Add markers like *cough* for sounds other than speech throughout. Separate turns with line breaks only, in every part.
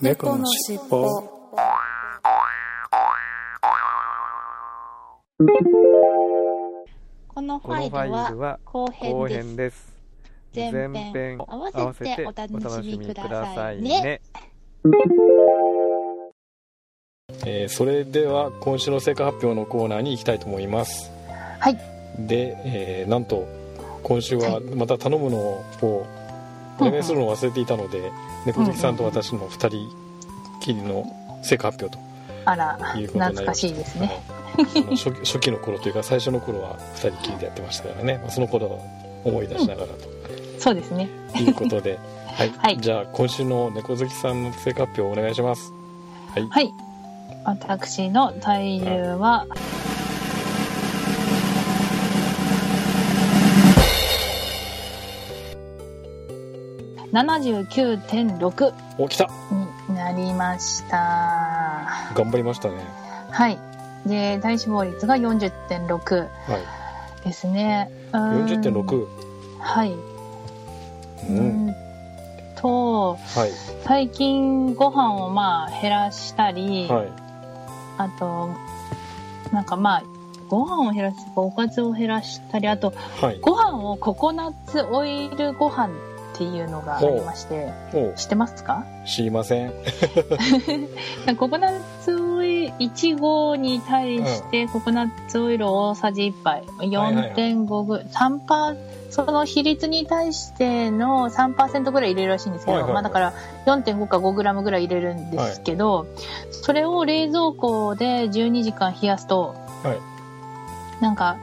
猫のしっぽ。
このフ
この
ァイ
ファイル
ルは
は
後編
後
です
編です。
前編
を
合わせてお楽しみくださいね
ね。
えーそれでは今週の成果発表のコーナーに行きたいと思います
はい
で、えーなんと今週はまた頼むのをお願いするのを忘れていたので、猫好きさんと私の2人きりの成果発表と
あら
いうことになりました
懐かしいですね
はいあの初期初期の頃というか最初の頃は2人きりでやってましたからねまあその頃を思い出しながらと
そうですね
いうことで、はい
はい
じゃあ今週の猫好きさんの成果発表をお願いします
はい私の体重は79.6
お来た
になりました
頑張りましたね
はいで体脂肪率が40.6
はい
ですねうーん
40.6
はいううんんと
はい
最近ご飯をまあ減らしたり、
はい
あとなんかまあご飯を減らすおかずを減らしたりあと
はい
ご飯をココナッツオイルご飯っていうのがありまして
お
知ってますか
知りません
ココナッツオイル1合に対してココナッツオイルを大さじ1杯
はいはい
4.5ぐらい3パーその比率に対しての3%ぐらい入れるらしいんですけど、
はいはいはい
まあ、だから4.5か5グラムぐらい入れるんですけど、それを冷蔵庫で12時間冷やすと、
はい
なんか、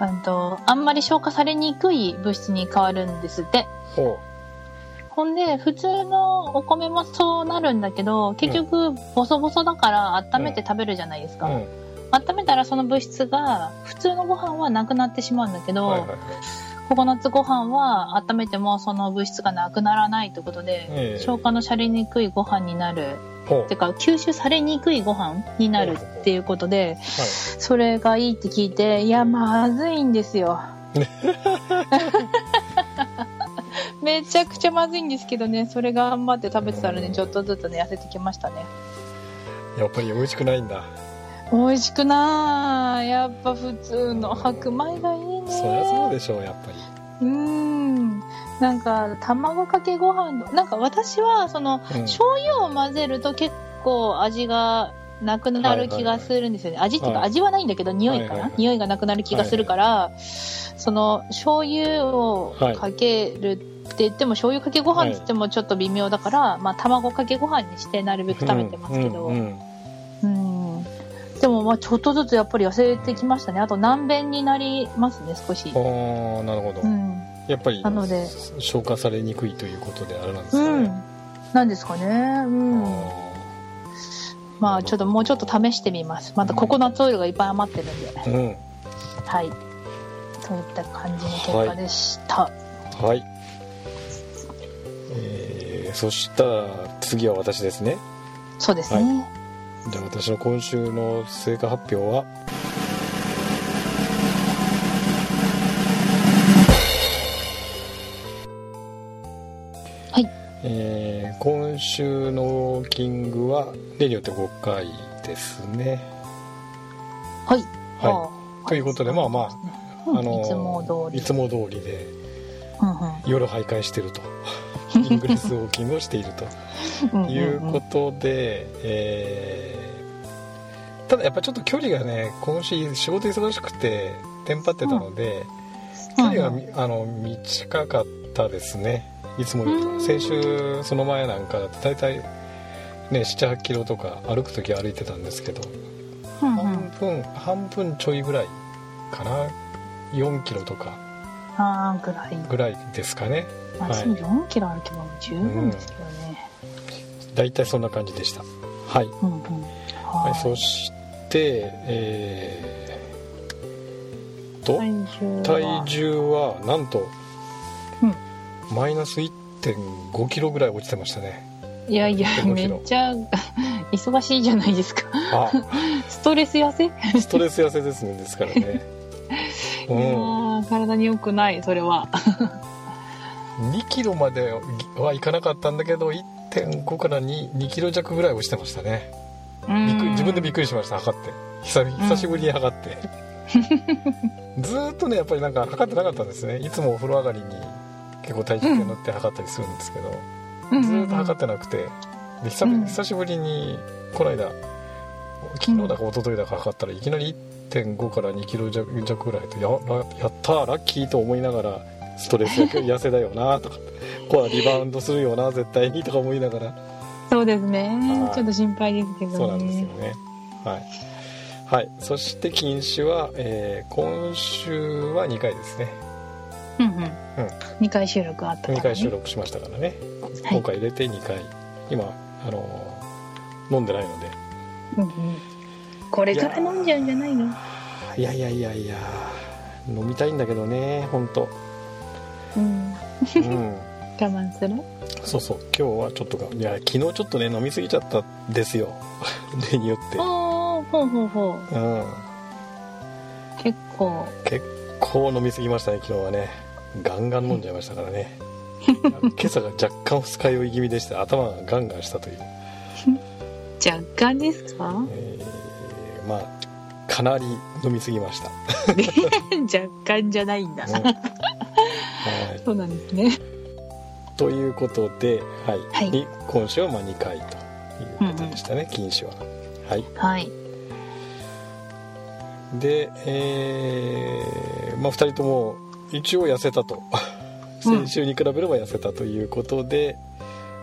うんと、あんまり消化されにくい物質に変わるんですって。
お
ほんで、普通のお米もそうなるんだけど、結局、ボソボソだから温めて食べるじゃないですか。
うん
温めたらその物質が、普通のご飯はなくなってしまうんだけど、
はいはいはい
ココナッツご飯は温めてもその物質がなくならないということで、
ええ
消化のされにくいご飯になる。
ほう
てか、吸収されにくいご飯になるっていうことで、それがいいって聞いて、いや、まずいんで
*laughs*
すよ。めちゃくちゃまずいんですけどね、それ頑張って食べてたらね、ちょっとずつね、痩せてきましたね。
やっぱり美味しくないんだ
美味しくない。やっぱ普通の白米がいいね。
そりゃそうでしょうやっぱり
うーんなんか卵かけご飯のなんか私はその、
うん
醤油を混ぜると結構味がなくなる気がするんですよね、味っていうか
はい
味はないんだけど匂いかな、
はいはいはい
匂いがなくなる気がするから、その醤油をかけるって言っても、醤油かけご飯って言ってもちょっと微妙だから、まあ卵かけご飯にしてなるべく食べてますけど、
うんうん
うんでもまあちょっとずつやっぱり痩せてきましたねあと軟便になりますね少し、
ああなるほど、
うん、
やっぱり
なので
消化されにくいということであれなんですか
う
ね、
ん。なんですかね。うん。
あ
まあ、ちょっともうちょっと試してみます。まだココナッツオイルがいっぱい余ってるんで。
ーうん
はい。といった感じの結果でした。
はいえー、そしたら次は私ですね
そうですね。
じゃあ私の今週の成果発表は
はい
えー今週のウォーキングは例によって5回ですね
はい。
はということでまあま
あ
あの
いつも通り。
いつも通りで
うん
夜徘徊して
*laughs*
るとイングレスウォーキングをしていると
うん
という
うんうんう
こ
ん
とで、えーただやっぱちょっと距離がね今週仕事忙しくてテンパってたので、距離がみ、あの短かったですねいつもより
う
は
ん
先週その前なんかだと大体ね7 8キロとか歩く時は歩いてたんですけど、
うんう
半
ん
分半分ちょいぐらいかな4キロとか
あーぐらい。
ぐらいですかね
まあ、
はい
4キロ歩けばもう十分ですよね。
大体そんな感じでしたはい
うんうん。
はい、
は
そして、えー、と、
い。体重は
体重はなんと、マイナス1.5キロぐらい落ちてましたね。
いやいや
1.5
め
キロ
っちゃ忙しいじゃな
*laughs*
いですか *laughs*
あ、
ストレス痩せ
ストレス痩せですね、です
*laughs*
からね。う
いや
ん、
ー体に良くないそれは
2キロまではいかなかったんだけど、1 1.5から2 2キロ弱ぐらい落ちてましたね
うん
びっくり自分でびっくりしました測って久々久しぶりに測
*laughs*
って、ずーっとねやっぱりなんか測ってなかったんですねいつもお風呂上がりに結構体重計乗って測ったりするんですけど、ずーっと測ってなくてで久々
うん
久しぶりにこの間昨日だか一昨日だか測ったらいきなり1.5から2キロ弱弱ぐらいとやらやったーラッキーと思いながらストレスやけ痩せだよなーとかこうリバウンドするよな絶対にとか思いながら
そうですね
はい
ちょっと心配ですけどね
そうなんですよね。はい。はい。そして禁止は、えー今週は2回ですね。
うんうん、2回収録あったから、ね、
2回収録しましたからね。
はい
今回入れて2回。今、あのー飲んでないので。
うんうんこれから飲んじゃうんじゃないの
いやいやいやいや、飲みたいんだけどね、本当。
うん我
うん。
慢する
そうそう。今日はちょっとが、いや、昨日ちょっとね、飲みすぎちゃったんですよ。 *laughs* 例によって。
おーほうほうほう
うん。
結構
結構飲みすぎましたね昨日はねガンガン飲んじゃいましたからね *laughs* 今朝が若干二日酔い気味でして頭がガンガンしたという、
若干ですか *laughs*
えーまあかなり飲みすぎました、
若干じゃないんだ、
うん
*laughs*
はい、
そうなんですね
ということで、はい
はい
に今週はまあ2回ということでしたね、禁止ははい
はい
でえーまあ2人とも一応痩せたと先週に比べれば痩せたということで、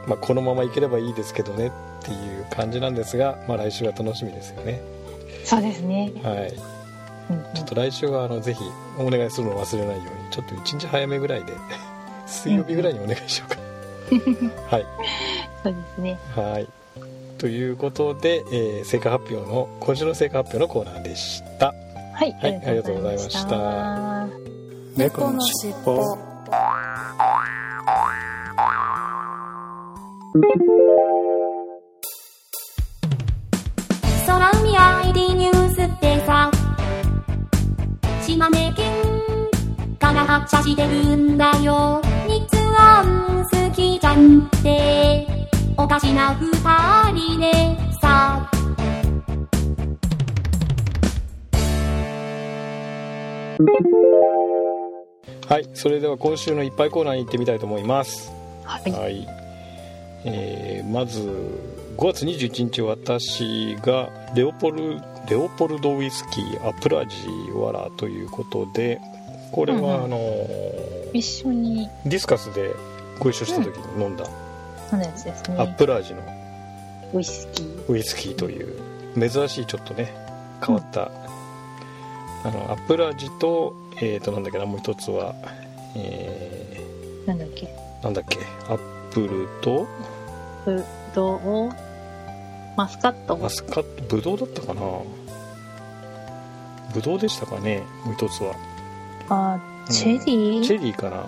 まあ、このままいければいいですけどねっていう感じなんですが、まあ、来週が楽しみですよね
そうですね、
はい
うんうん
ちょっと来週はあのぜひお願いするのを忘れないようにちょっと1日早めぐらいで *laughs* 水曜日ぐらいにお願いしようか、はい
そうですね
はいということで、えー成果発表の今週の成果発表のコーナーでした
はい、
はいありがとうございました
猫のしっぽ
空海 ID ニュースってさ島根県から発車してるんだよ日アン好きじゃんっておかしな二人でさ
はいそれでは今週のいっぱいコーナーに行ってみたいと思います
はい
はい、えーまず5月21日私がレオポルレオポルドウイスキーアプラジワラということでこれ
うんう
は
ん
あの
一緒に
ディスカスでご一緒した時に飲んだ
そうなんです
ア
ね
ップラージの
ウイスキー
ウイスキーという珍しいちょっとね変わったあのアップラージとえっ、となんだっけなもう一つはえ
なんだっけ
ーなんだっけアップルと
ブドウマスカット
マスカットブドウだったかなブドウでしたかねもう一つは、
あ
うん
チェリー、
チェリーかな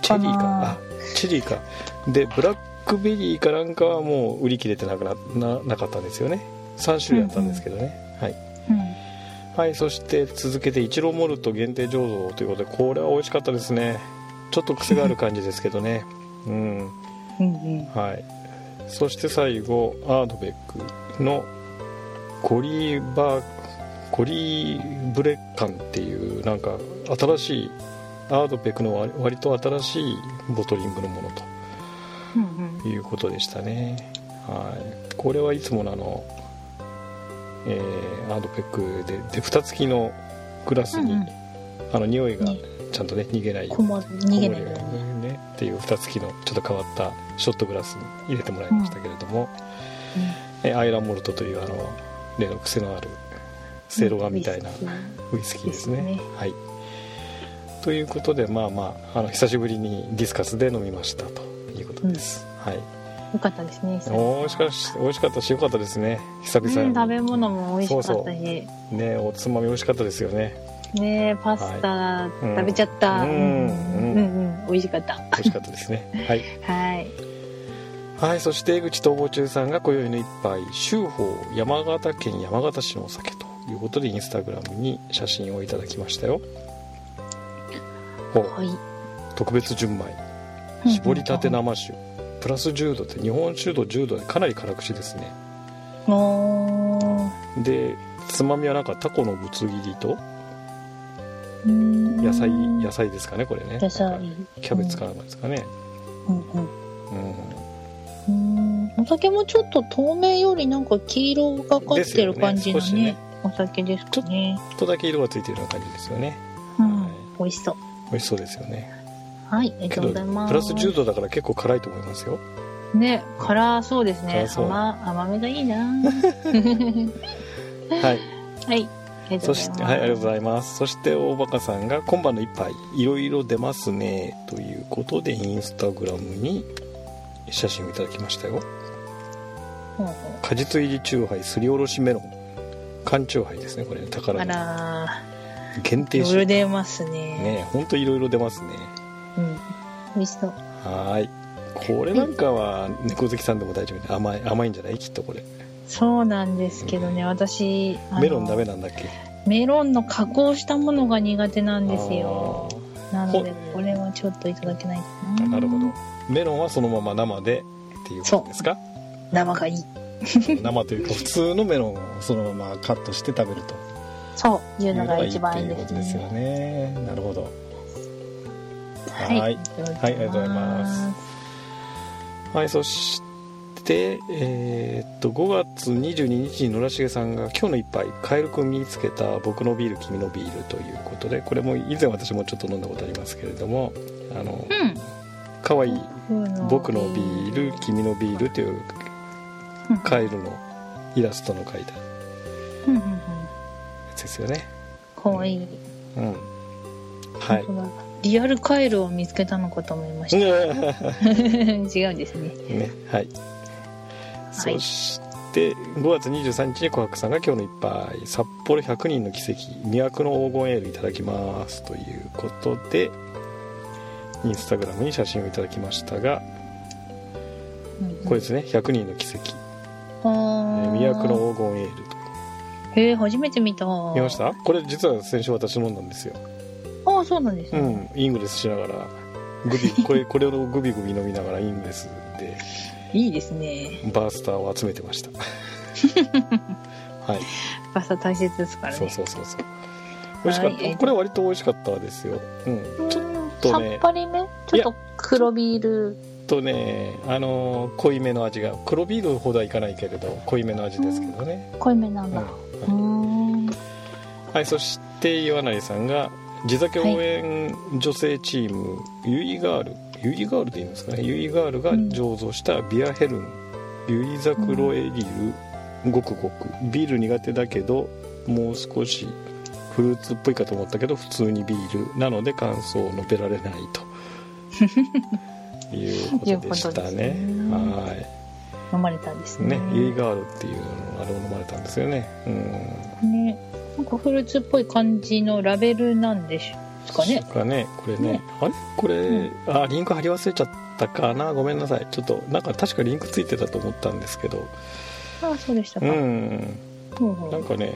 チェリーかなあチェリーかでブラックベリーかなんかはもう売り切れてなくなななかったんですよね3種類あったんですけどね、はい、
うん
はい、そして続けてイチローモルト限定醸造ということでこれは美味しかったですねちょっと癖がある感じですけどねうん
うんうん
はい、そして最後アードベックのコリーバーコリーブレッカンっていうなんか新しいアードベックの割割と新しいボトリングのもの
うんうん
ということでしたね、はい、これはいつものあの、えーアードベックでで蓋付きのグラスに、
うんうん
あの匂いが
ね
ちゃんとね逃げないよう
こ
に
も逃げないようにね
ねっていう蓋付きのちょっと変わったショットグラスに入れてもらいましたけれども、えアイランモルトというあの例の癖のあるセイロガンみたいなウイスキーですね。
ですね
はい、ということでまあまああの久しぶりにディスカスで飲みましたということです。はい、
よかったですね久々
美味しかった美味しかったし良かったですね久々に、
うん、食べ物も美味しかったし
そうねおつまみ美味しかったですよね
ねえパスタ
いうん
食べちゃった、
うん
うん
う
うんんうん美味しかった
美味しかったです
*laughs*
ね。はい
はい
はい、そして江口逃亡中さんが今宵の一杯秋宝山形県山形市のお酒ということでインスタグラムに写真をいただきましたよお
はい
特別純米絞りたて生酒プラス10度って日本酒度10度でかなり辛口ですね
お
でつまみはなんかタコのぶつ切りと
野
野菜野菜ですかねこれね
野菜
なんかキャベツかなんかですかね
うんうん
うん、
うんお酒もちょっと透明よりなんか黄色がかってる感じの
で
ね
すよね
お酒ですかね
ちょっとだけ色がついてるような感じですよね
うん
はい
美味しそう
美味しそうですよね
はいありが
け
とう
ど
ご
プ
ざいます
ラス10度だから結構辛いと思いますよ
ね辛そうですね
辛そう
甘甘めがい
*laughs*
いな
はい
はいありがと
そ
うございます
してはいありがとうございますそして大バカさんが「今晩の一杯いろいろ出ますね」ということでインスタグラムに写真をいただきましたよ
ほうほう
果実入りチューハイすりおろしメロン缶チューハイですねこれね宝
あ
の
ら
限
ー
定
いろいろ
種
出ますね
ねほんといろいろ出ますね
うん美味しそう
はーいこれなんかは猫好きさんでも大丈夫で甘い甘いんじゃないきっとこれ
そうなんですけどね私あの
メロンダメなんだっけ
メロンの加工したものが苦手なんですよ
あ
なので
ほ
これはちょっといただけないか
ー
な
なるほどメロンはそのまま生でっていうことですか
生がいい
生というか普通のメロンをそのままカットして食べると
そうい
いうう
の
の
が
がいい
一
って
番いい
いう
で
こと
す
ですよ
ね
ねなるほど
はい
はいはいありがとうございますはい、そして、えーっと5月22日に野良重さんが「今日の一杯カエル君につけた僕のビール君のビール」ということでこれも以前私もちょっと飲んだことありますけれどもあの可愛、いい「僕のビール君のビール」という
うん
カエルのイラストの描いたや
うんうんうん
つですよね
かわいい
うんはい
*laughs* 本当だリアルカエルを見つけたのかと思いました違うんですね
ねはい、そして5月23日に琥珀さんが今日の一杯札幌100人の奇跡魅惑の黄金エールいただきますということでインスタグラムに写真をいただきましたが
うんうん
これですね100人の奇跡、え
あ
ー
ー
魅惑の黄金エール
へえ初めて見た
見ましたこれ実は先週私飲んだんですよ
ああそうなんです
う
ね
んイングレスしながらグビこれこれをグビグビ飲みながらイングレスで
いいですね
バースターを集めてました
*laughs*
はい
バサ大切ですからね
そうそうそうそう美味しかった、
はい
これは割と美味しかったですよ、うん、ちょっとね
さっぱりめちょっと黒ビール
とねあのー濃いめの味が黒ビールほどはいかないけれど濃いめの味ですけどね、
濃いめなん
うん
だうーん
はいそして岩成さんが地酒応援女性チーム、ユイガールユイガールでいいんですかねユイガールが醸造したビアヘルン、ユイザクロエリルごくごくビール苦手だけどもう少しフルーツっぽいかと思ったけど普通にビールなので感想を述べられないと *laughs* いうことでしたね
いうことですね
はい
飲まれたんですね
ね、ユイガールっていうのあれを飲まれたんですよね。うん。
ねなんかフルーツっぽい感じのラベルなんでしょうかね
そっかね、これね、
ね
あれこれ、
うん
あリンク貼り忘れちゃったかな、ごめんなさい。ちょっとなんか確かリンクついてたと思ったんですけど、
ああそうでした
う
か、うん
ん、
うん
なんかね、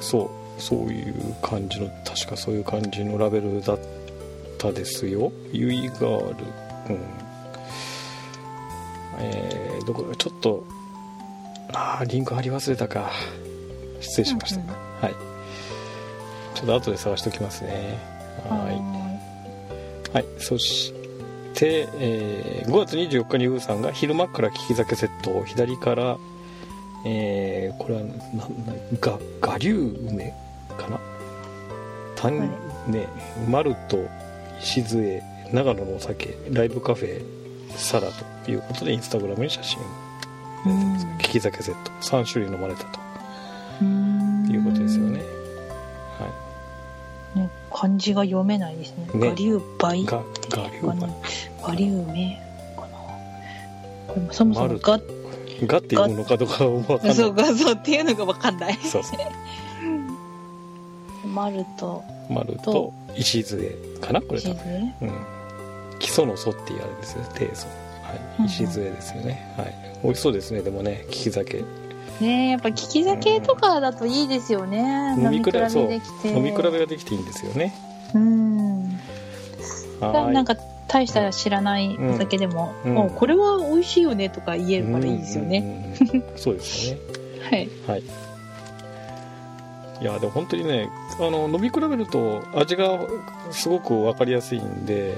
そうそういう感じの確かそういう感じのラベルだったですよ。ユイガール、うん。えー、どこだちょっとあーリンク貼り忘れたか。失礼しました。
うんうん
はい。ちょっと後で探しておきますね。はーい。はい、そして、えー5月24日にウーさんが昼間から利き酒セットを左から、えーこれはななが我流梅かなたん、
はい
ねマルト静江長野のお酒ライブカフェサラということでインスタグラムに写真利き酒セット3種類飲まれたと
うん
いうことですよね、
ね漢字が読めないですね
ね
我流梅
が我流梅
我流梅かなこれもそもそも
が
が
って読むのかどうかは分かんない
そう画像っていうのが分かんない
そうそう
マルト
丸と石杖かなこれ
チ
多
ー
分、
ズね
うん、基礎の祖っていうあれですよ低祖、は
うん
い、
うん
石杖ですよね、はい、美味しそうですねでもね利き酒
ねえやっぱ利き酒とかだといいですよね、
うん
飲み比べ
そう
できて
飲み比べができていいんですよね
うん
は
なん
い
か大した知らないお酒でも、
うん
もうこれは美味しいよねとか言えるからいいですよね。
うんうんうん。そうですよね。
はい。
はい。いや、でも本当にね、あの、飲み比べると味がすごくわかりやすいんで、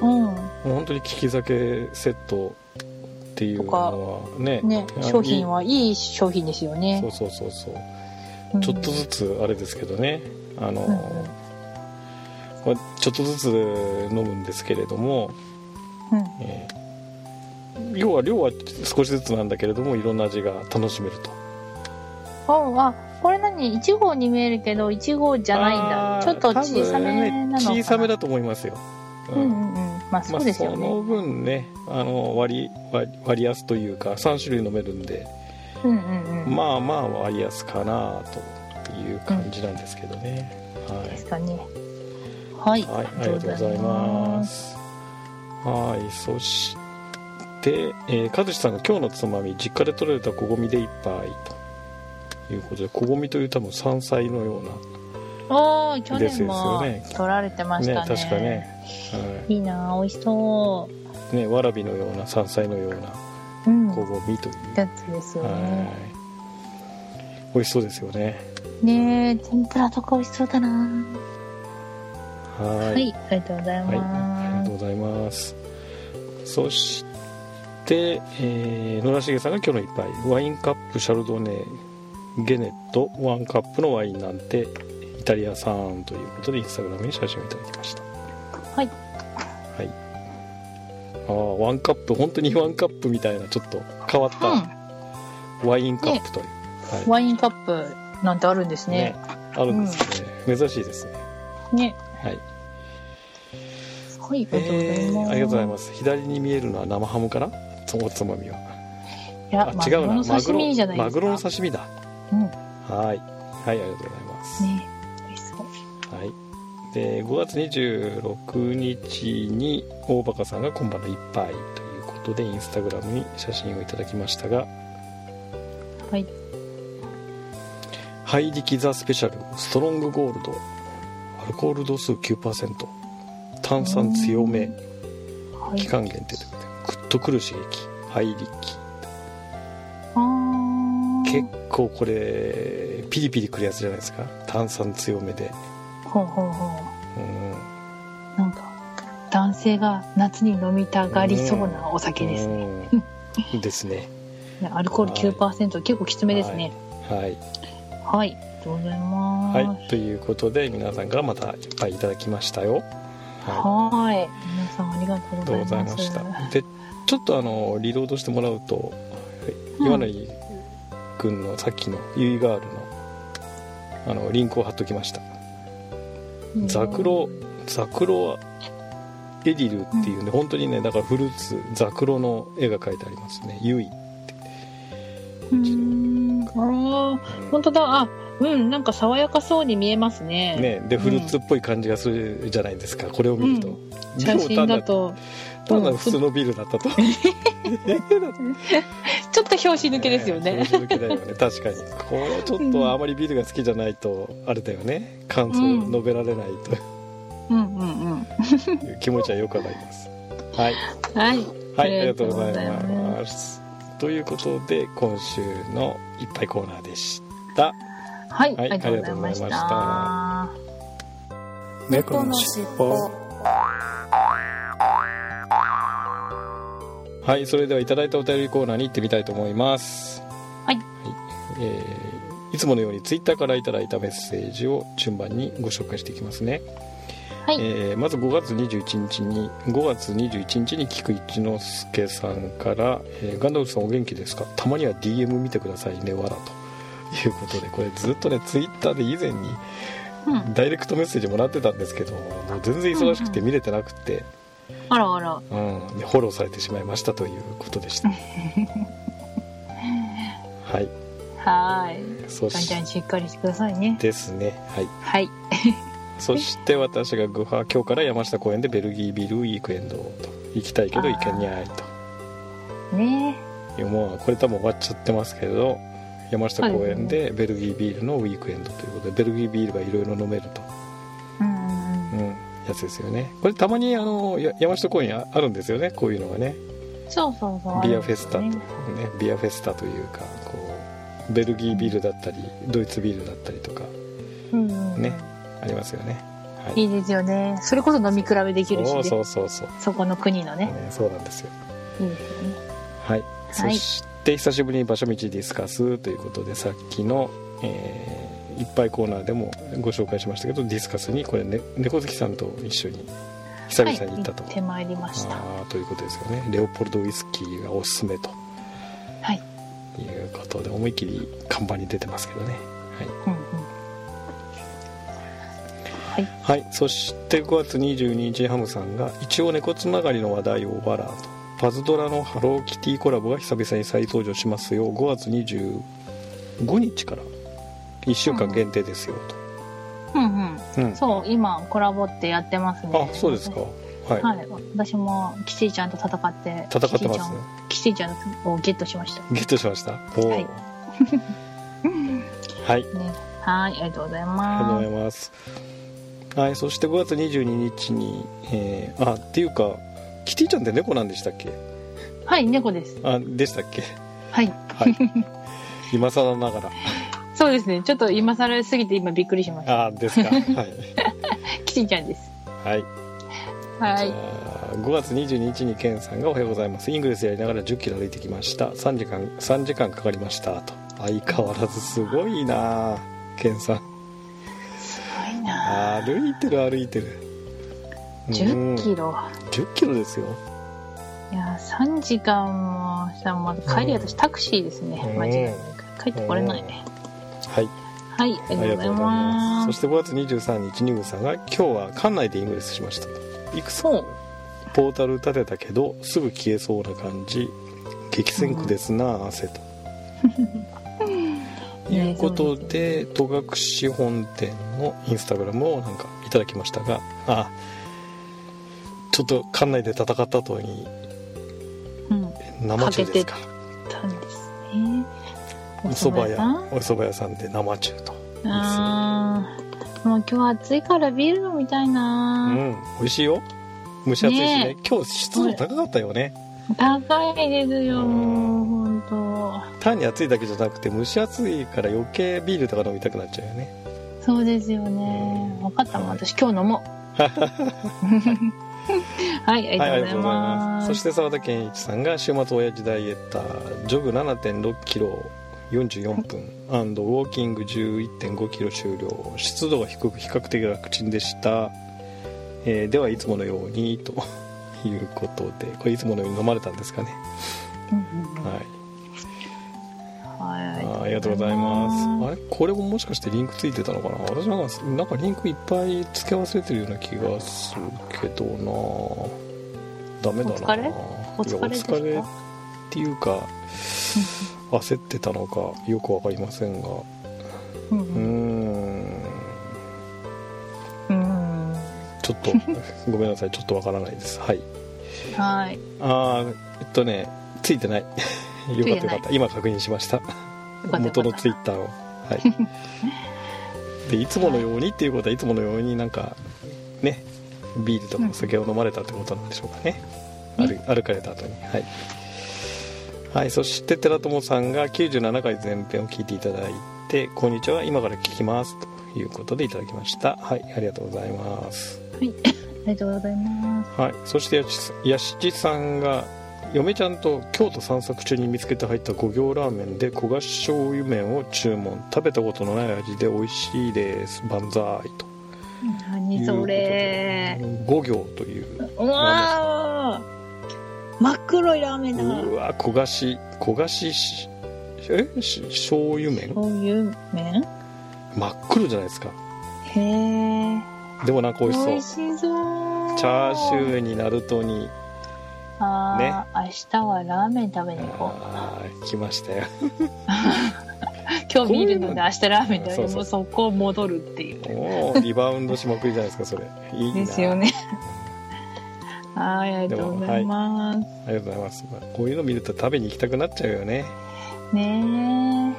う
もう本当に利き酒セットっていうのはね、
ん。ね
い、や
商品はいい商品ですよね
そ。うそうそうそう。
うん
ちょっとずつあれですけどね、あの、
うん
これちょっとずつ飲むんですけれども、
うん
えー量は量は少しずつなんだけれどもいろんな味が楽しめると
うん、あこれ何1号に見えるけど1号じゃないんだ
あー
ちょっと小
多
さめなのか
分
な、
ね、小さめだと思いますよ、
うんうんうんまあそ
まあ
うですよ
そ
ね、
の分ねあの割り割り割安というか3種類飲めるんで
うんうんうん、
まあまあ割安かなという感じなんですけどね、はい
ですかねはい、
はい、ありがとうございます。はい、そして、えー、和志さんが今日のつまみ、実家で採れたこごみで一杯ということで、こごみという多分山菜のよう
おお去
です
年
よ
も
ね
取られてま
な、
し
ね、
たね
確かね、はい
いな美味しそ
い、ね、わらびのような山菜のような
ううん
こごみという。
やつですよね
はい。美味しそうですよね。
ねえ天ぷらとか美味しそうだな
は。
はいい、ありがとうござい
はい、ありが
ま
と
す、
うございます。そして、えー野良重さんが今日の一杯、ワインカップシャルドネゲネットワンカップのワインなんてイタリア産ということでインスタグラムに写真をいただきました。
はい
はい。ああ、ワンカップ本当にワンカップみたいなちょっと変わったワインカップという。
うん、
は
ワインカップなんてあるんです
い。
ね
あるんですね、珍しいですね。
ね
はい。
はいありがとうござ
え
います、
ーありがとうございます。左に見えるのは生ハムかな？つおつまみは。
いや、
あ違うな。
マグロの刺身じゃないですか。
マグロの刺身だ。
うん
はい。はい、ありがとうございます。
ね美味しそう。
はい。で、5月26日に大バカさんが今晩の一杯ということでインスタグラムに写真をいただきましたが、
はい。
ハイリキザスペシャルストロングゴールドアルコール度数9%炭酸強め
はい
期間限定ということでグッとくる刺激ハイリキ
あー
結構これピリピリくるやつじゃないですか炭酸強めで
ほうほうほ
うん
う。なんか、男性が夏に飲みたがりそうなお酒ですね。
うんですね
ねアルコール9%、結構きつめですね。
はい、
はい。ありがとうございます。
はいということで皆さんからまたいっぱいいただきましたよは
はい。皆さんありがとう
いありが
ご
と
ざ
う
い
ご
ます。
ざいましたでちょっとあのリロードしてもらうと
うん
岩成君のさっきのユイガールのあのリンクを貼っときました
うん
ザクロザクロエディルっていうね、本当にねだからフルーツザクロの絵が描いてありますねユイ
うん。ああ、本当だ。あ、うん、なんか爽やかそうに見えますね。。
ね、でフルーツっぽい感じがするじゃないですか、これを見ると、
うん
でも
写真だ
単なる
と、
単なる普通のビールだった
*laughs*
と
ちょっと拍子抜けですよね。
その時だよね確かにこれちょっとあまりビールが好きじゃないとあれだよね感想を述べられない
うんうんうん。
という気持ちはよくわかりますはい、
はい。
はい、ありがとうございますということで今週のいっぱいコーナーでした
はい、
はい
ありがとうございました。
ありがとうございま猫のしっぽはいそれではいただいたお便りコーナーに行ってみたいと思います
はい
えーいつものようにツイッターからいただいたメッセージを順番にご紹介していきますね、
はい
えーまず5月21日に5月21日に菊一之助さんから、えーガンダルフさんお元気ですかたまには DM 見てくださいねわら」ということでこれずっとねツイッターで以前に
うん、
ダイレクトメッセージもらってたんですけどもう全然忙しくて見れてなくて、
あらあら。
うん、でフォローされてしまいましたということでしたはい
はーい。
そ
ガン
し
ちゃんしっかりしてくださいね。
ですねはい
はい。
そして私がグファ今日から山下公園でベルギービルウィークエンドと行きたいけど行けにゃい
ね
というもうこれ多分終わっちゃってますけど山下公園でベルギービールのウィークエンドということでベルギービールがいろいろ飲めると、
うんうん
うん、ややつですよねこれたまにあのや山下公園ああるんですよねこういうのがね
そうそうそう。
ビアフェスタと
ね
ねビアフェスタというかこうベルギービールだったりドイツビールだったりとか
うんうん
ねありますよね、はい
いいですよね。それこそ飲み比べできるし、
そ
ね
う
そ
そうそうそう、
この国のね。
ね、そうなんですよ
いいですよね。
はい、そ
はい
して久しぶりに場所道ディスカスということでさっきの、えーいっぱいコーナーでもご紹介しましたけどディスカスにこれ、ね、猫好きさんと一緒に久々に行ったと、
はい、行ってまいりました。は
あーということですよねレオポルドウイスキーがおすすめと
い。
いうことで思いっきり看板に出てますけどね
うんうん。はい。
はい、はい、そして5月22日ハムさんが一応猫つながりの話題をバラーとパズドラのハローキティコラボが久々に再登場しますよ5月25日から1週間限定ですよ
うん
と、うん
うん。そう、今コラボってやってますね。
あそうですかはい、
はい。私もキティちゃんと戦って、
戦ってますね
キティちゃん。キティちゃんをゲットしました。
ゲットしましたおー
はい
*laughs* はい
ね。はい、ありがとうござい
ありがとうご
ます。
ざいます。はい、そして5月22日に、えーあっていうかキティちゃんって猫なんでしたっけ
はい、猫です。
あでしたっけ
はい。
はい今更ながら
そうですね。ちょっと今更すぎて今びっくりしました。
あですかはい、
キティちゃんです。
はい
は
じ
い
ゃ。あ5月22日にケンさんが「おはようございますイングレスやりながら1 0キロ歩いてきました3時間3時間かかりました」と相変わらずすごいなケンさん
すごいな
歩いてる歩いてる
10キ
ロ
ロ。
10キロですよ
いやー、3時間もしたら、まだ帰り
うん
私タクシーですね。マジで帰ってこれないね。
はい
はい、ありが
あり
とう
が
ご
とご
ざいう
ざいます
ま
そ
す。
して5月23日にぐさんが「今日は館内でイングレスしました」いくつかポータル立てたけどすぐ消えそうな感じ激戦区ですな汗
*laughs*
と。いうことで戸隠本店のインスタグラムをなんかいただきましたがあちょっと館内で戦った後に
うん、な
生中ですか
ったんですね。
お蕎麦屋
さん
お蕎麦屋さんで生中と
あーもう今日暑いからビール飲みたいうな、
ん美味しいよ蒸し暑いしね
ね
今日湿度高かったよね
高いですよ、もう本
単に暑いだけじゃなくて蒸し暑いから余計ビールとか飲みたくなっちゃうよね
当。そうですよね。分かったもん、
はい
私今日飲も
*laughs*
う。はい、あり
はいあ
が
り
と
がとうござい
うございま
ます
す。
そして澤田健一さんが週末親父ダイエッタージョグ7 6キロ44分アンドウォーキング1 1 5キロ終了湿度が低く比較的楽ちんでした、えーではいつものようにということでこれいつものように飲まれたんですかね、
うんうんうん
はい
はい
あーありがとうございます。あれこれももしかしてリンクついてたのかな私なんかなんかリンクいっぱい付け忘れてるような気がするけどなダメだな
お疲れお疲れですか
いやお疲れっていうか焦ってたのかよくわかりませんがう
う
ー
ん
ん
うんうん
ち
*laughs*
ょっとごめんなさいちょっとわからないですはい
はい。
ああえっとねついて
*laughs*
ないよかったよかった今確認しました
よかったよ
元
かった
のツイッターを
*laughs*
はいでいつものようにっていうことはいつものようになんかねビールとかお酒を飲まれたってことなんでしょうかね、
うん
歩歩かれた後にはい、はい、そして寺友さんが97回前編を聞いていただいて「こんにちは今から聞きます」ということでいただきましたはいありがとうございます
ありがとうございます。
はい、そしてやしやしちさんが嫁ちゃんと京都散策中に見つけて入った五行ラーメンで焦がし醤油麺を注文食べたことのない味で美味しいです万歳と
何それ。
五行という
うわー真っ黒いラーメンだ。
うわ焦がし焦がししえし醤油麺
そういう麺
真っ黒じゃないですか
へえ。
でもなんか美味しそう
美味しそう。
チャーシューにナルトに
あー明日はラーメン食べに行こう。 *laughs*
あー来ましたよこ
今日ビール飲ん
ういう
で
の
明日ラーメン食
そ
べ
うそう
もうそこ戻るっていう。
もうリバウンドしまくりじゃないですかそれいいな
ですよね。はい、ありがとうございます。
ありがとうございます。まあこういうの見ると食べに行きたくなっちゃうよね。
ね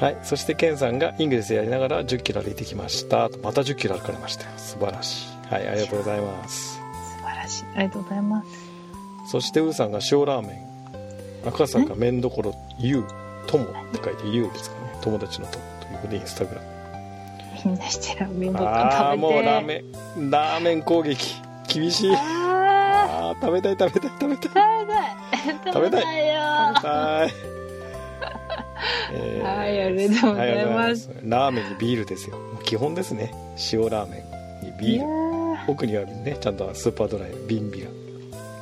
はい。そしてケンさんがイングレスやりながら10キロ歩いてきました。また10キロ歩かれましたよ。素晴らしい。はいありがとうございます
素晴らしいありがとうございます
そしてウーさんが塩ラーメン赤さんが麺どころ「ゆう」「とも」って書いて「ゆう」ですかね友達の「と」ということでインスタグラム
みんなしてラーメンばっ
あ
か
あー
食
も
べて
うラーメンラーメン攻撃厳しい
あ
あー食べたい食べたい食べたい
ー食べたい食べたいよ *laughs*
はい。えー
はいありがとうご
は
ざいます
ありがとうございラーメンにビールですよ。もう基本ですね。塩ラーメンに
い
ビ
や
ール。
ー
奥にはね、ちゃんとスーパードライの瓶ビラ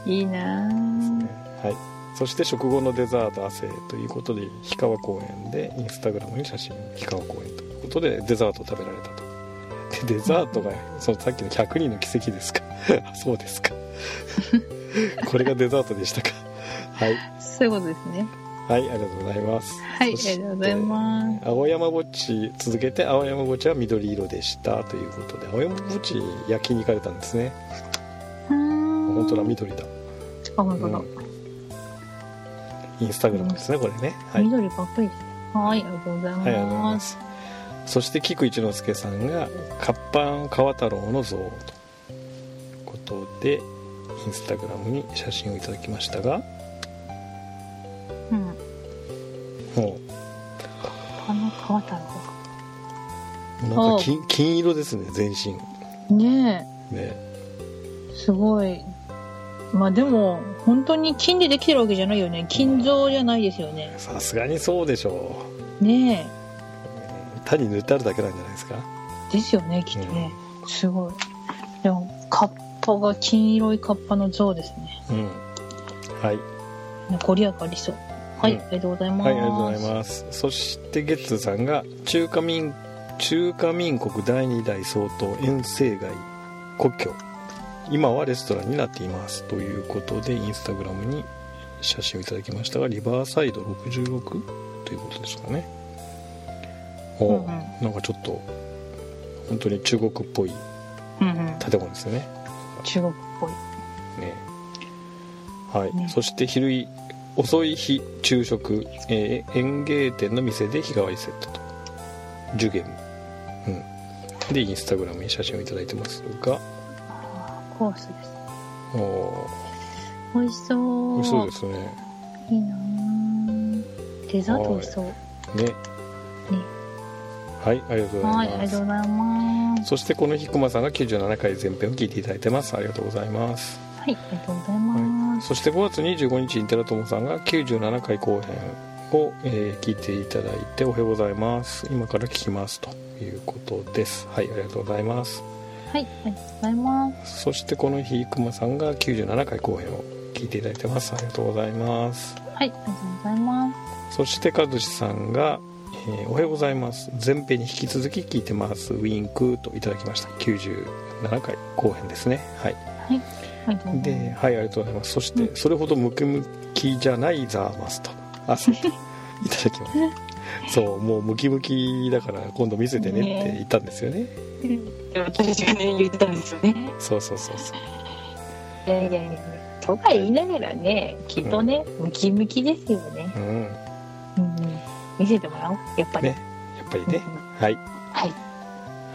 で
いいな
す
ー
ね。はい。そして食後のデザート汗ということで氷川公園でインスタグラムに写真氷川公園ということでデザートを食べられたとでデザート
*laughs*
がそのさっきの100人の奇跡ですか *laughs* そうですか *laughs* これがデザートでしたか *laughs* はい
そういうことですね
はい、ありがとうございます。
はいあり
そして
がとうございます
青山墓地続けて青山墓地は緑色でしたということで青山墓地焼きに行かれたんですね本
本
当だ緑だ、
あ本当だ、
インスタグラムですねこれねはい、
緑ばっかりですねはいありがとうございます,、
はい、ありがとうございますそして菊一之助さんが「活版川太郎の像」ということでインスタグラムに写真をいただきましたが
うん
も
あの川太
うなんか金金色ですね全身
郎ね
ね
えすごいまあでも本当に金でできてるわけじゃないよね金像じゃないですよね
さすがにそうでしょう
ね
単に塗ってあるだけなんじゃないですか
えですよねきっとね、すごいでもカッパが金色いカッパの像ですね
うんはい
ご利益ありそうはい、
うん
ありがとうございます
はいありがとうございますそしてゲッツーさんが中華民中華民国第2代総統遠征街故郷今はレストランになっていますということでインスタグラムに写真をいただきましたがリバーサイド66ということですかねお、
うんうん
なんかちょっと本当に中国っぽい
うんうん
建物ですね
中国っぽい
ねはい、
ね
そして昼い遅い日昼食、えー園芸店の店で日替わりセットとジュゲムうんでインスタグラムに写真をいただいてますが
あーコースです
お
美味しそう
おそうですね
いいなーデザート美味しそう
ねはいありがとうござ
はいあ
いま
りがとう
す
ございます
そしてこの日熊さんが97回前編を聞いていただいてますありがとうございます
はいありがとうございます
そして5月25日に寺友さんが97回後編を、えー聞いていただいておはようございます今から聞きますということですはいありがとうございます
はいありがとうございます
そしてこの日くまさんが97回後編を聞いていただいてますありがとうございます
はいありがとうございます
そして和志さんが、えーおはようございます前編に引き続き聞いてますウィンクといただきました97回後編ですねはい
はいありがとうござい
で、
ま
はい、ありがとうございます。そして、それほどムキムキじゃないザーマスと、あ、そうといただきます。そう、もうムキムキだから今度見せてねって言ったんですよね。
す私たちがね言ってたんですよね
そうそうそうそう。
いやいやいやとか言いながらねきっとね、ムキムキですよね、
うん。や
うんうん、見せてもらおうやっぱり、
ねっぱりね
う。ん
はい。
はい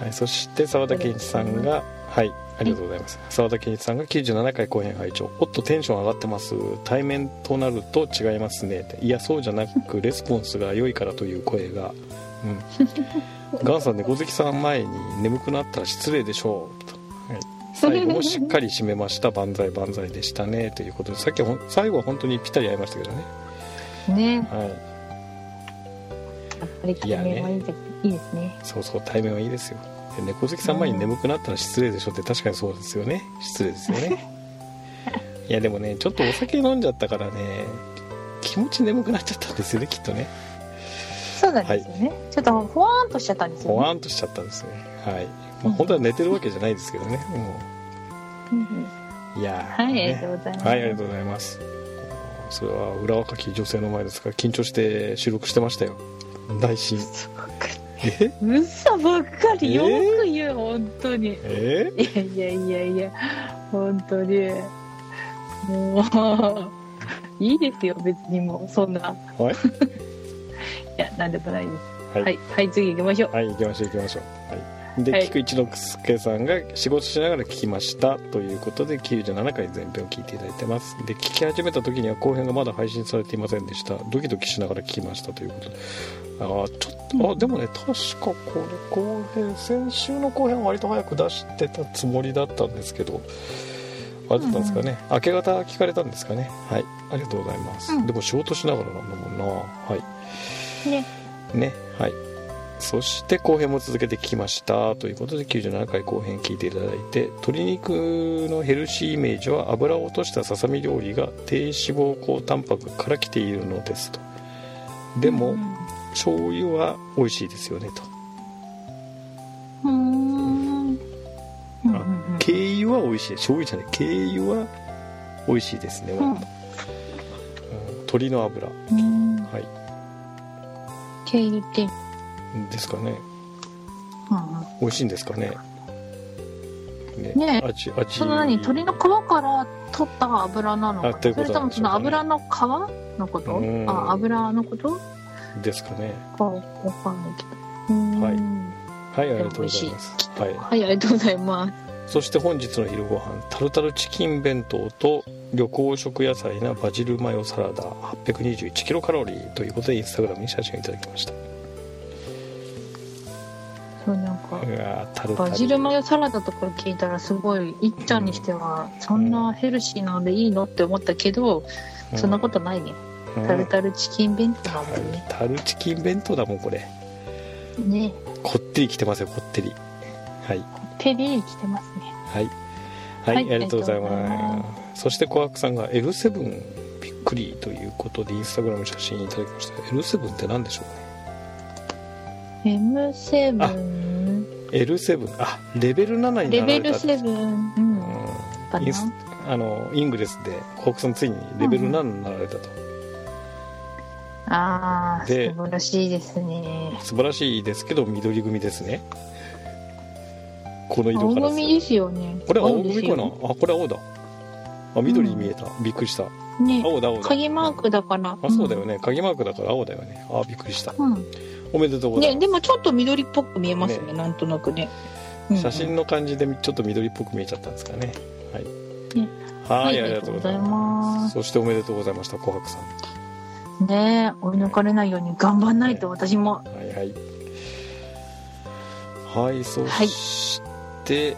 はい、そして澤田健一さんが、はい、ありがとうございます。澤田健一さんが97回後編拝聴。おっとテンション上がってます。対面となると違いますね。いや、そうじゃなく、レスポンスが良いからという声が。うん。ガンさん、猫好きさん前に眠くなったら失礼でしょう。とはい、最後もしっかり締めました。万歳万歳でしたね。ということで、さっきほん最後は本当にぴったり合いましたけどね。
ね
はい。
やっぱり決めはいいですいいですね
そうそう、対面はいいですよ。で猫好きさん前に眠くなったら失礼でしょうって確かにそうですよね。失礼ですよね。
*laughs*
いやでもねちょっとお酒飲んじゃったからね気持ち眠くなっちゃったんですよねきっとね
そうなんですよね、ちょっとふわーんとしちゃったんですよ
ほ
ね
わんとしちゃったんですねはい、まあ、本当は寝てるわけじゃないですけどねも
うんうん
ういやー
はい、ありが
ね
とうございます。
はいありがとうございますそれは裏若き女性の前ですから緊張して収録してましたよ内
*laughs*
心
嘘ばっか
え
り。嘘ばっかり。
え
よく言う、本当に。い
え
やいやいやいや、本当に。もう、いいですよ、別にもう、そんな。
ー、はい
いや、なんでもないです。
は
はいい、はい、次行きましょう。
はい行きましょう行きましょう、はいで、
はい
菊一之助さんが仕事しながら聞きましたということで97回前編を聞いていただいてますで聞き始めた時には後編がまだ配信されていませんでしたドキドキしながら聞きましたということであーちょっとあでもね確かこれ後編先週の後編は割と早く出してたつもりだったんですけどあれだったんですかね、明け方聞かれたんですかねはいありがとうございます、
うん
でも仕事しながらなんだもんなはい
ね
ねはいそして後編も続けて聞きましたということで97回後編聞いていただいて鶏肉のヘルシーイメージは油を落としたささみ料理が低脂肪高タンパクから来ているのですとでも、醤油は美味しいですよねと
うんうんうんうん
軽油は美味しい醤油じゃない軽油は美味しいですね、
うん
うん鶏の油は
うん
い
経由ってうん
ですかね
うん
美味しいんですかねね
ねえ
味味
その何鶏の皮から取った油なのか
あ
な
というこ
それ
とな
と
んで
も
しょか
そうの
ね
油の皮のこと
うん
あ油のこと
ですかね
かわかんないけどうん
はい
は
はいありがとうございますはい
いありがとうございます
そして本日の昼ご飯タルタルチキン弁当と旅行食野菜なバジルマヨサラダ821キロカロリーということでインスタグラムに写真をいただきました
そうなんか
うわータルタル
バジルマヨサラダとか聞いたらすごいいっちゃんにしてはそんなヘルシーなのでいいのって思ったけどそんなことないね
うん
タルタルチキン弁当なん
タ
て
ル
ね
タルチキン弁当だもんこれ
ね
こってりきてますよこってりはい
ペリー来てますね
はいはい、
はい
ありがとうござい
ありがとうござい
ますそして琥珀さんが L7 びっくりということでインスタグラムに写真いただきました L7 って何でしょうね
M7
L7 あレベル7にな
レ
られ
ベル
た
7うんか
うんインス
な
あのイングレスで国産ついにレベル7になられたと、
ああ素
で
晴らしいですね
素晴らしいですけど緑組ですねこの色
青
からす
組ですよね
これ青
青です
組か
よ
なあ
ね
これ青だあ緑に見えた、びっくりした
ね
青だ青だ
鍵マークだから
あそうだよね鍵マークだから青だよねあびっくりした
うん
おめでとうござい
ね
ま
でもちょっと緑っぽく見えますねなんとなくねうん
す、写真の感じでちょっと緑っぽく見えちゃったんですかねはい
ね
は、
はいい
ありがとうございます。そしておめでとうございました、琥珀さん。
ね追い抜かれないように頑張んないと私も
はいはいはいそして、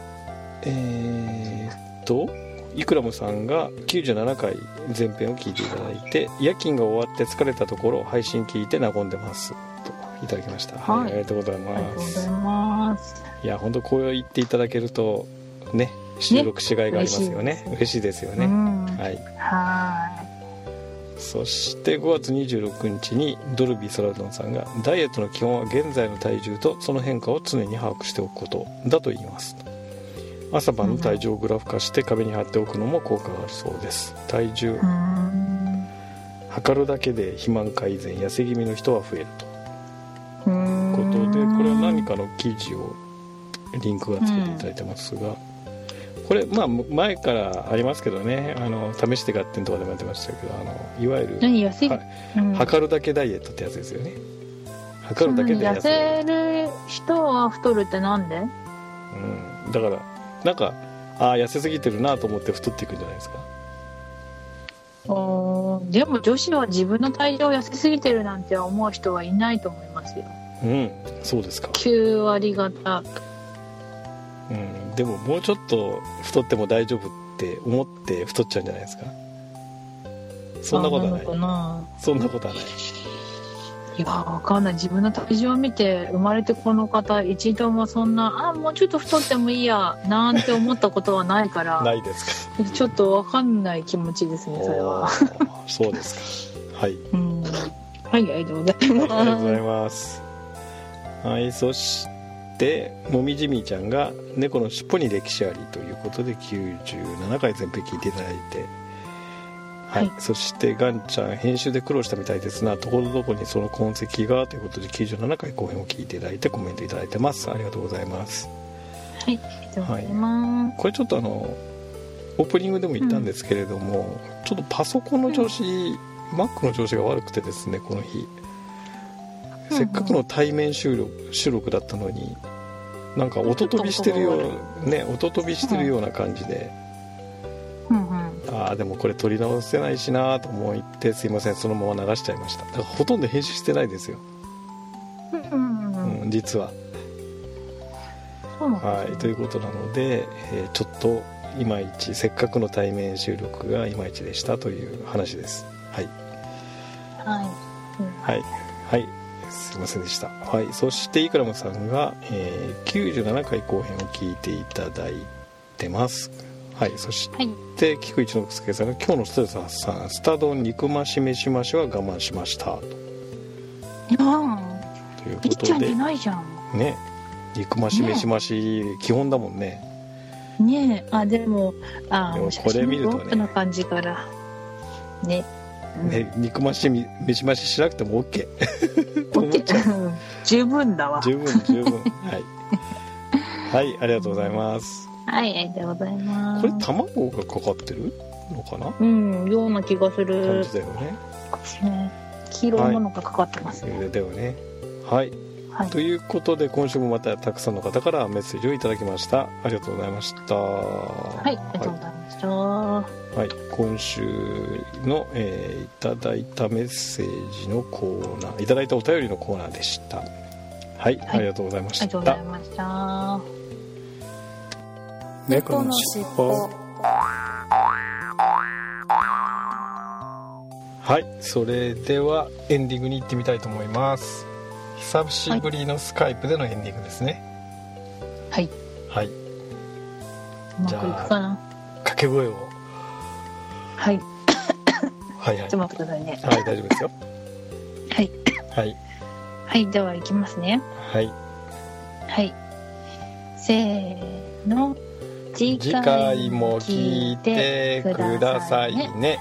えーっとイクラムさんが97回前編を聞いていただいて夜勤が終わって疲れたところ配信聞いて和んでますといただきました、はい
はい
ありがとうござい
ありが
ま
とうござい
す
ます
いや本当こう言っていただけるとね収録しがいがありますよね嬉しいですよ
う
ね、
ん
はい
は
そして5月26日にドルビー・ソラドンさんがダイエットの基本は現在の体重とその変化を常に把握しておくことだと言います朝晩の体重をグラフ化して壁に貼っておくのも効果があるそうです体重
いうーん
測るだけで肥満改善痩せ気味の人は増えると
う
いう
ー
こと
ん
でこれは何かの記事をリンクがつけていただいてますが、これまあ前からありますけどねあの試して合点とかでもやってましたけどあのいわゆる
何痩せ
は
る
い
うん
測るだけダイエットってやつですよね測るだけで
痩
痩せる、
せる人は太るってなんで
うん、だからなんかああ痩せすぎてるなと思って太っていくんじゃないですか
おーでも女子は自分の体重を痩せすぎてるなんて思う人はいないと思いますよ
うんそうですか、
9割方
うん、でももうちょっと太っても大丈夫って思って太っちゃうんじゃないですかそんなことはない
のかな
そんなことはない
いやわかんない自分の体重を見て生まれてこの方一度もそんなあもうちょっと太ってもいいやなんて思ったことはないから
*laughs* ないですか
ちょっとわかんない気持ちですねそれ
お
は
ーそうですかはい
うんはいありがとうござい
はいありがとうござ
ま
います。はい、そして、もみじみーちゃんが猫の尻尾に歴史ありということで、97回全編聞いていただいて。はい、
は
そしてガンちゃん編集で苦労したみたいですなところどころにその痕跡がということで97回後編を聞いていただいてコメントいただいてますありがとうございます
すはいありがとうございます
これちょっとあのオープニングでも言ったんですけれども、ちょっとパソコンの調子、Mac の調子が悪くてですねこの日、
うん
せっかくの対面収録収録だったのになんか音飛びしてるようね音飛びしてるような感じで、
うんうん
ああでもこれ取り直せないしなと思ってすいませんそのまま流しちゃいましただからほとんど編集してないですよ、
うんうんう
うん
うん
ん、実は
そうな
は
ん
い
です
と
ね
いうことなので、えーちょっといまいちせっかくの対面収録がいまいちでしたという話ですはい
はいうん
はいはいすいませんでした、はい、そしてイクラムさんが、えー97回後編を聞いていただいてますはいそして
はい
で菊一之助さんが「今日のストレス発散スタ丼肉増し飯増しは我慢しました」と
いやー
いうこ
りっちゃ
と
ん
で
出ないじゃん
ね肉増し飯増し基本だもんね
ねえあでもあ
でも
も
これ見るとね
ロープの感じからねうん
ね肉増しみ飯増ししなくても OK と
*laughs* オ
思っ
ッケ
ち
*laughs*
ゃう
ー十分だわ
*laughs* 十分十分はい、はい、ありがとうございます
はいありがとうございます
これ卵がかかってるのかな
うんような気がす
感
る
じだよね
ね黄色いものがかかってますね
だよねはい
はい
ということで今週もまたたくさんの方からメッセージをいただきましたありがとうございましたは
はい、ありがとうございました。は
はい、今週の、えーいただいたメッセージのコーナーいただいたお便りのコーナーでしたはい、ありがとうございま
あ
し
りがとうござ
た
いました。は
猫のしっぽはいそれではエンディングに行ってみたいと思います久しぶりのスカイプでのエンディングですね
い、
はいう
まくいくかな。
掛け声を
はい、ちょ
はいはい
っと待ってくださいね。
はい大丈夫ですよ
はい、
はい
はい、では行きますね。
はい
はい。せーの。次
次回も聞いてください
ね
ね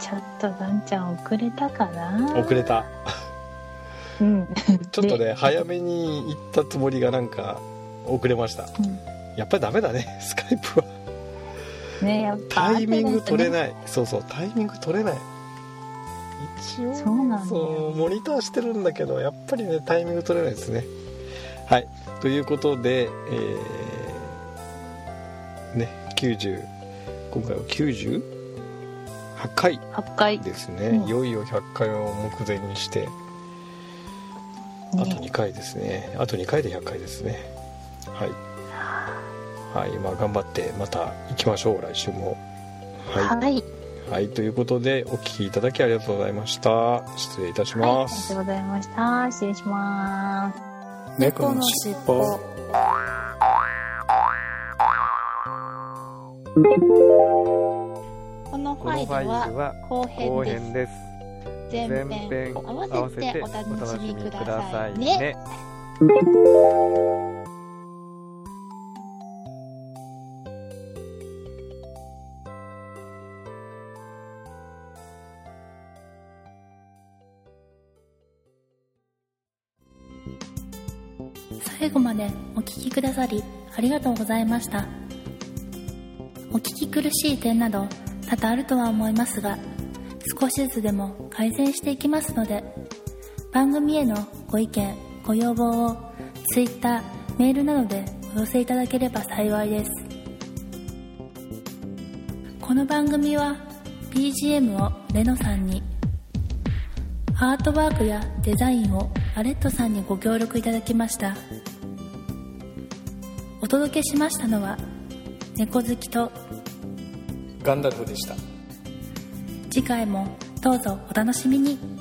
ちょっとガンちゃん遅れたか
う
なん
遅れた
うん、
ちょっとね
で
早めに行ったつもりがなんか遅れました
うん
やっぱりダメだねスカイプは
ねやっぱ
タイミング取れ
い
ないそうそうタイミング取れない一応
そうなんだよ
そうモニターしてるんだけどやっぱりねタイミング取れないですねはいということでえーね90今回は98回
8回ね
ですね、
うん
いよいよ100回を目前にしてあと2回ですねあと2回で100回ですねはいはいまあ頑張ってまた行きましょう来週もは
はい、
い、はい、ということでお聞きいただきありがとうございました失礼いたし
はい、あ
ま
りが
す、
とうございました失礼します
猫のしっぽ
このフ
この
ァイ
ファイ
ル
ル
は
は
後
後
編です
編です
前
前
編
編
を
を
合
合
わ
わ
せ
せ
て
て
お
お
楽
楽
し
しみ
みく
く
だ
だ
さ
さ
い
い
ね
ね
最後までお聞きくださりありがとうございましたお聞き苦しい点など多々あるとは思いますが少しずつでも改善していきますので番組へのご意見ご要望を Twitter メールなどでお寄せいただければ幸いですこの番組は BGM をレノさんにアートワークやデザインをアレットさんにご協力いただきましたお届けしましたのは猫好きと
ガンダルフでした
次回もどうぞお楽しみに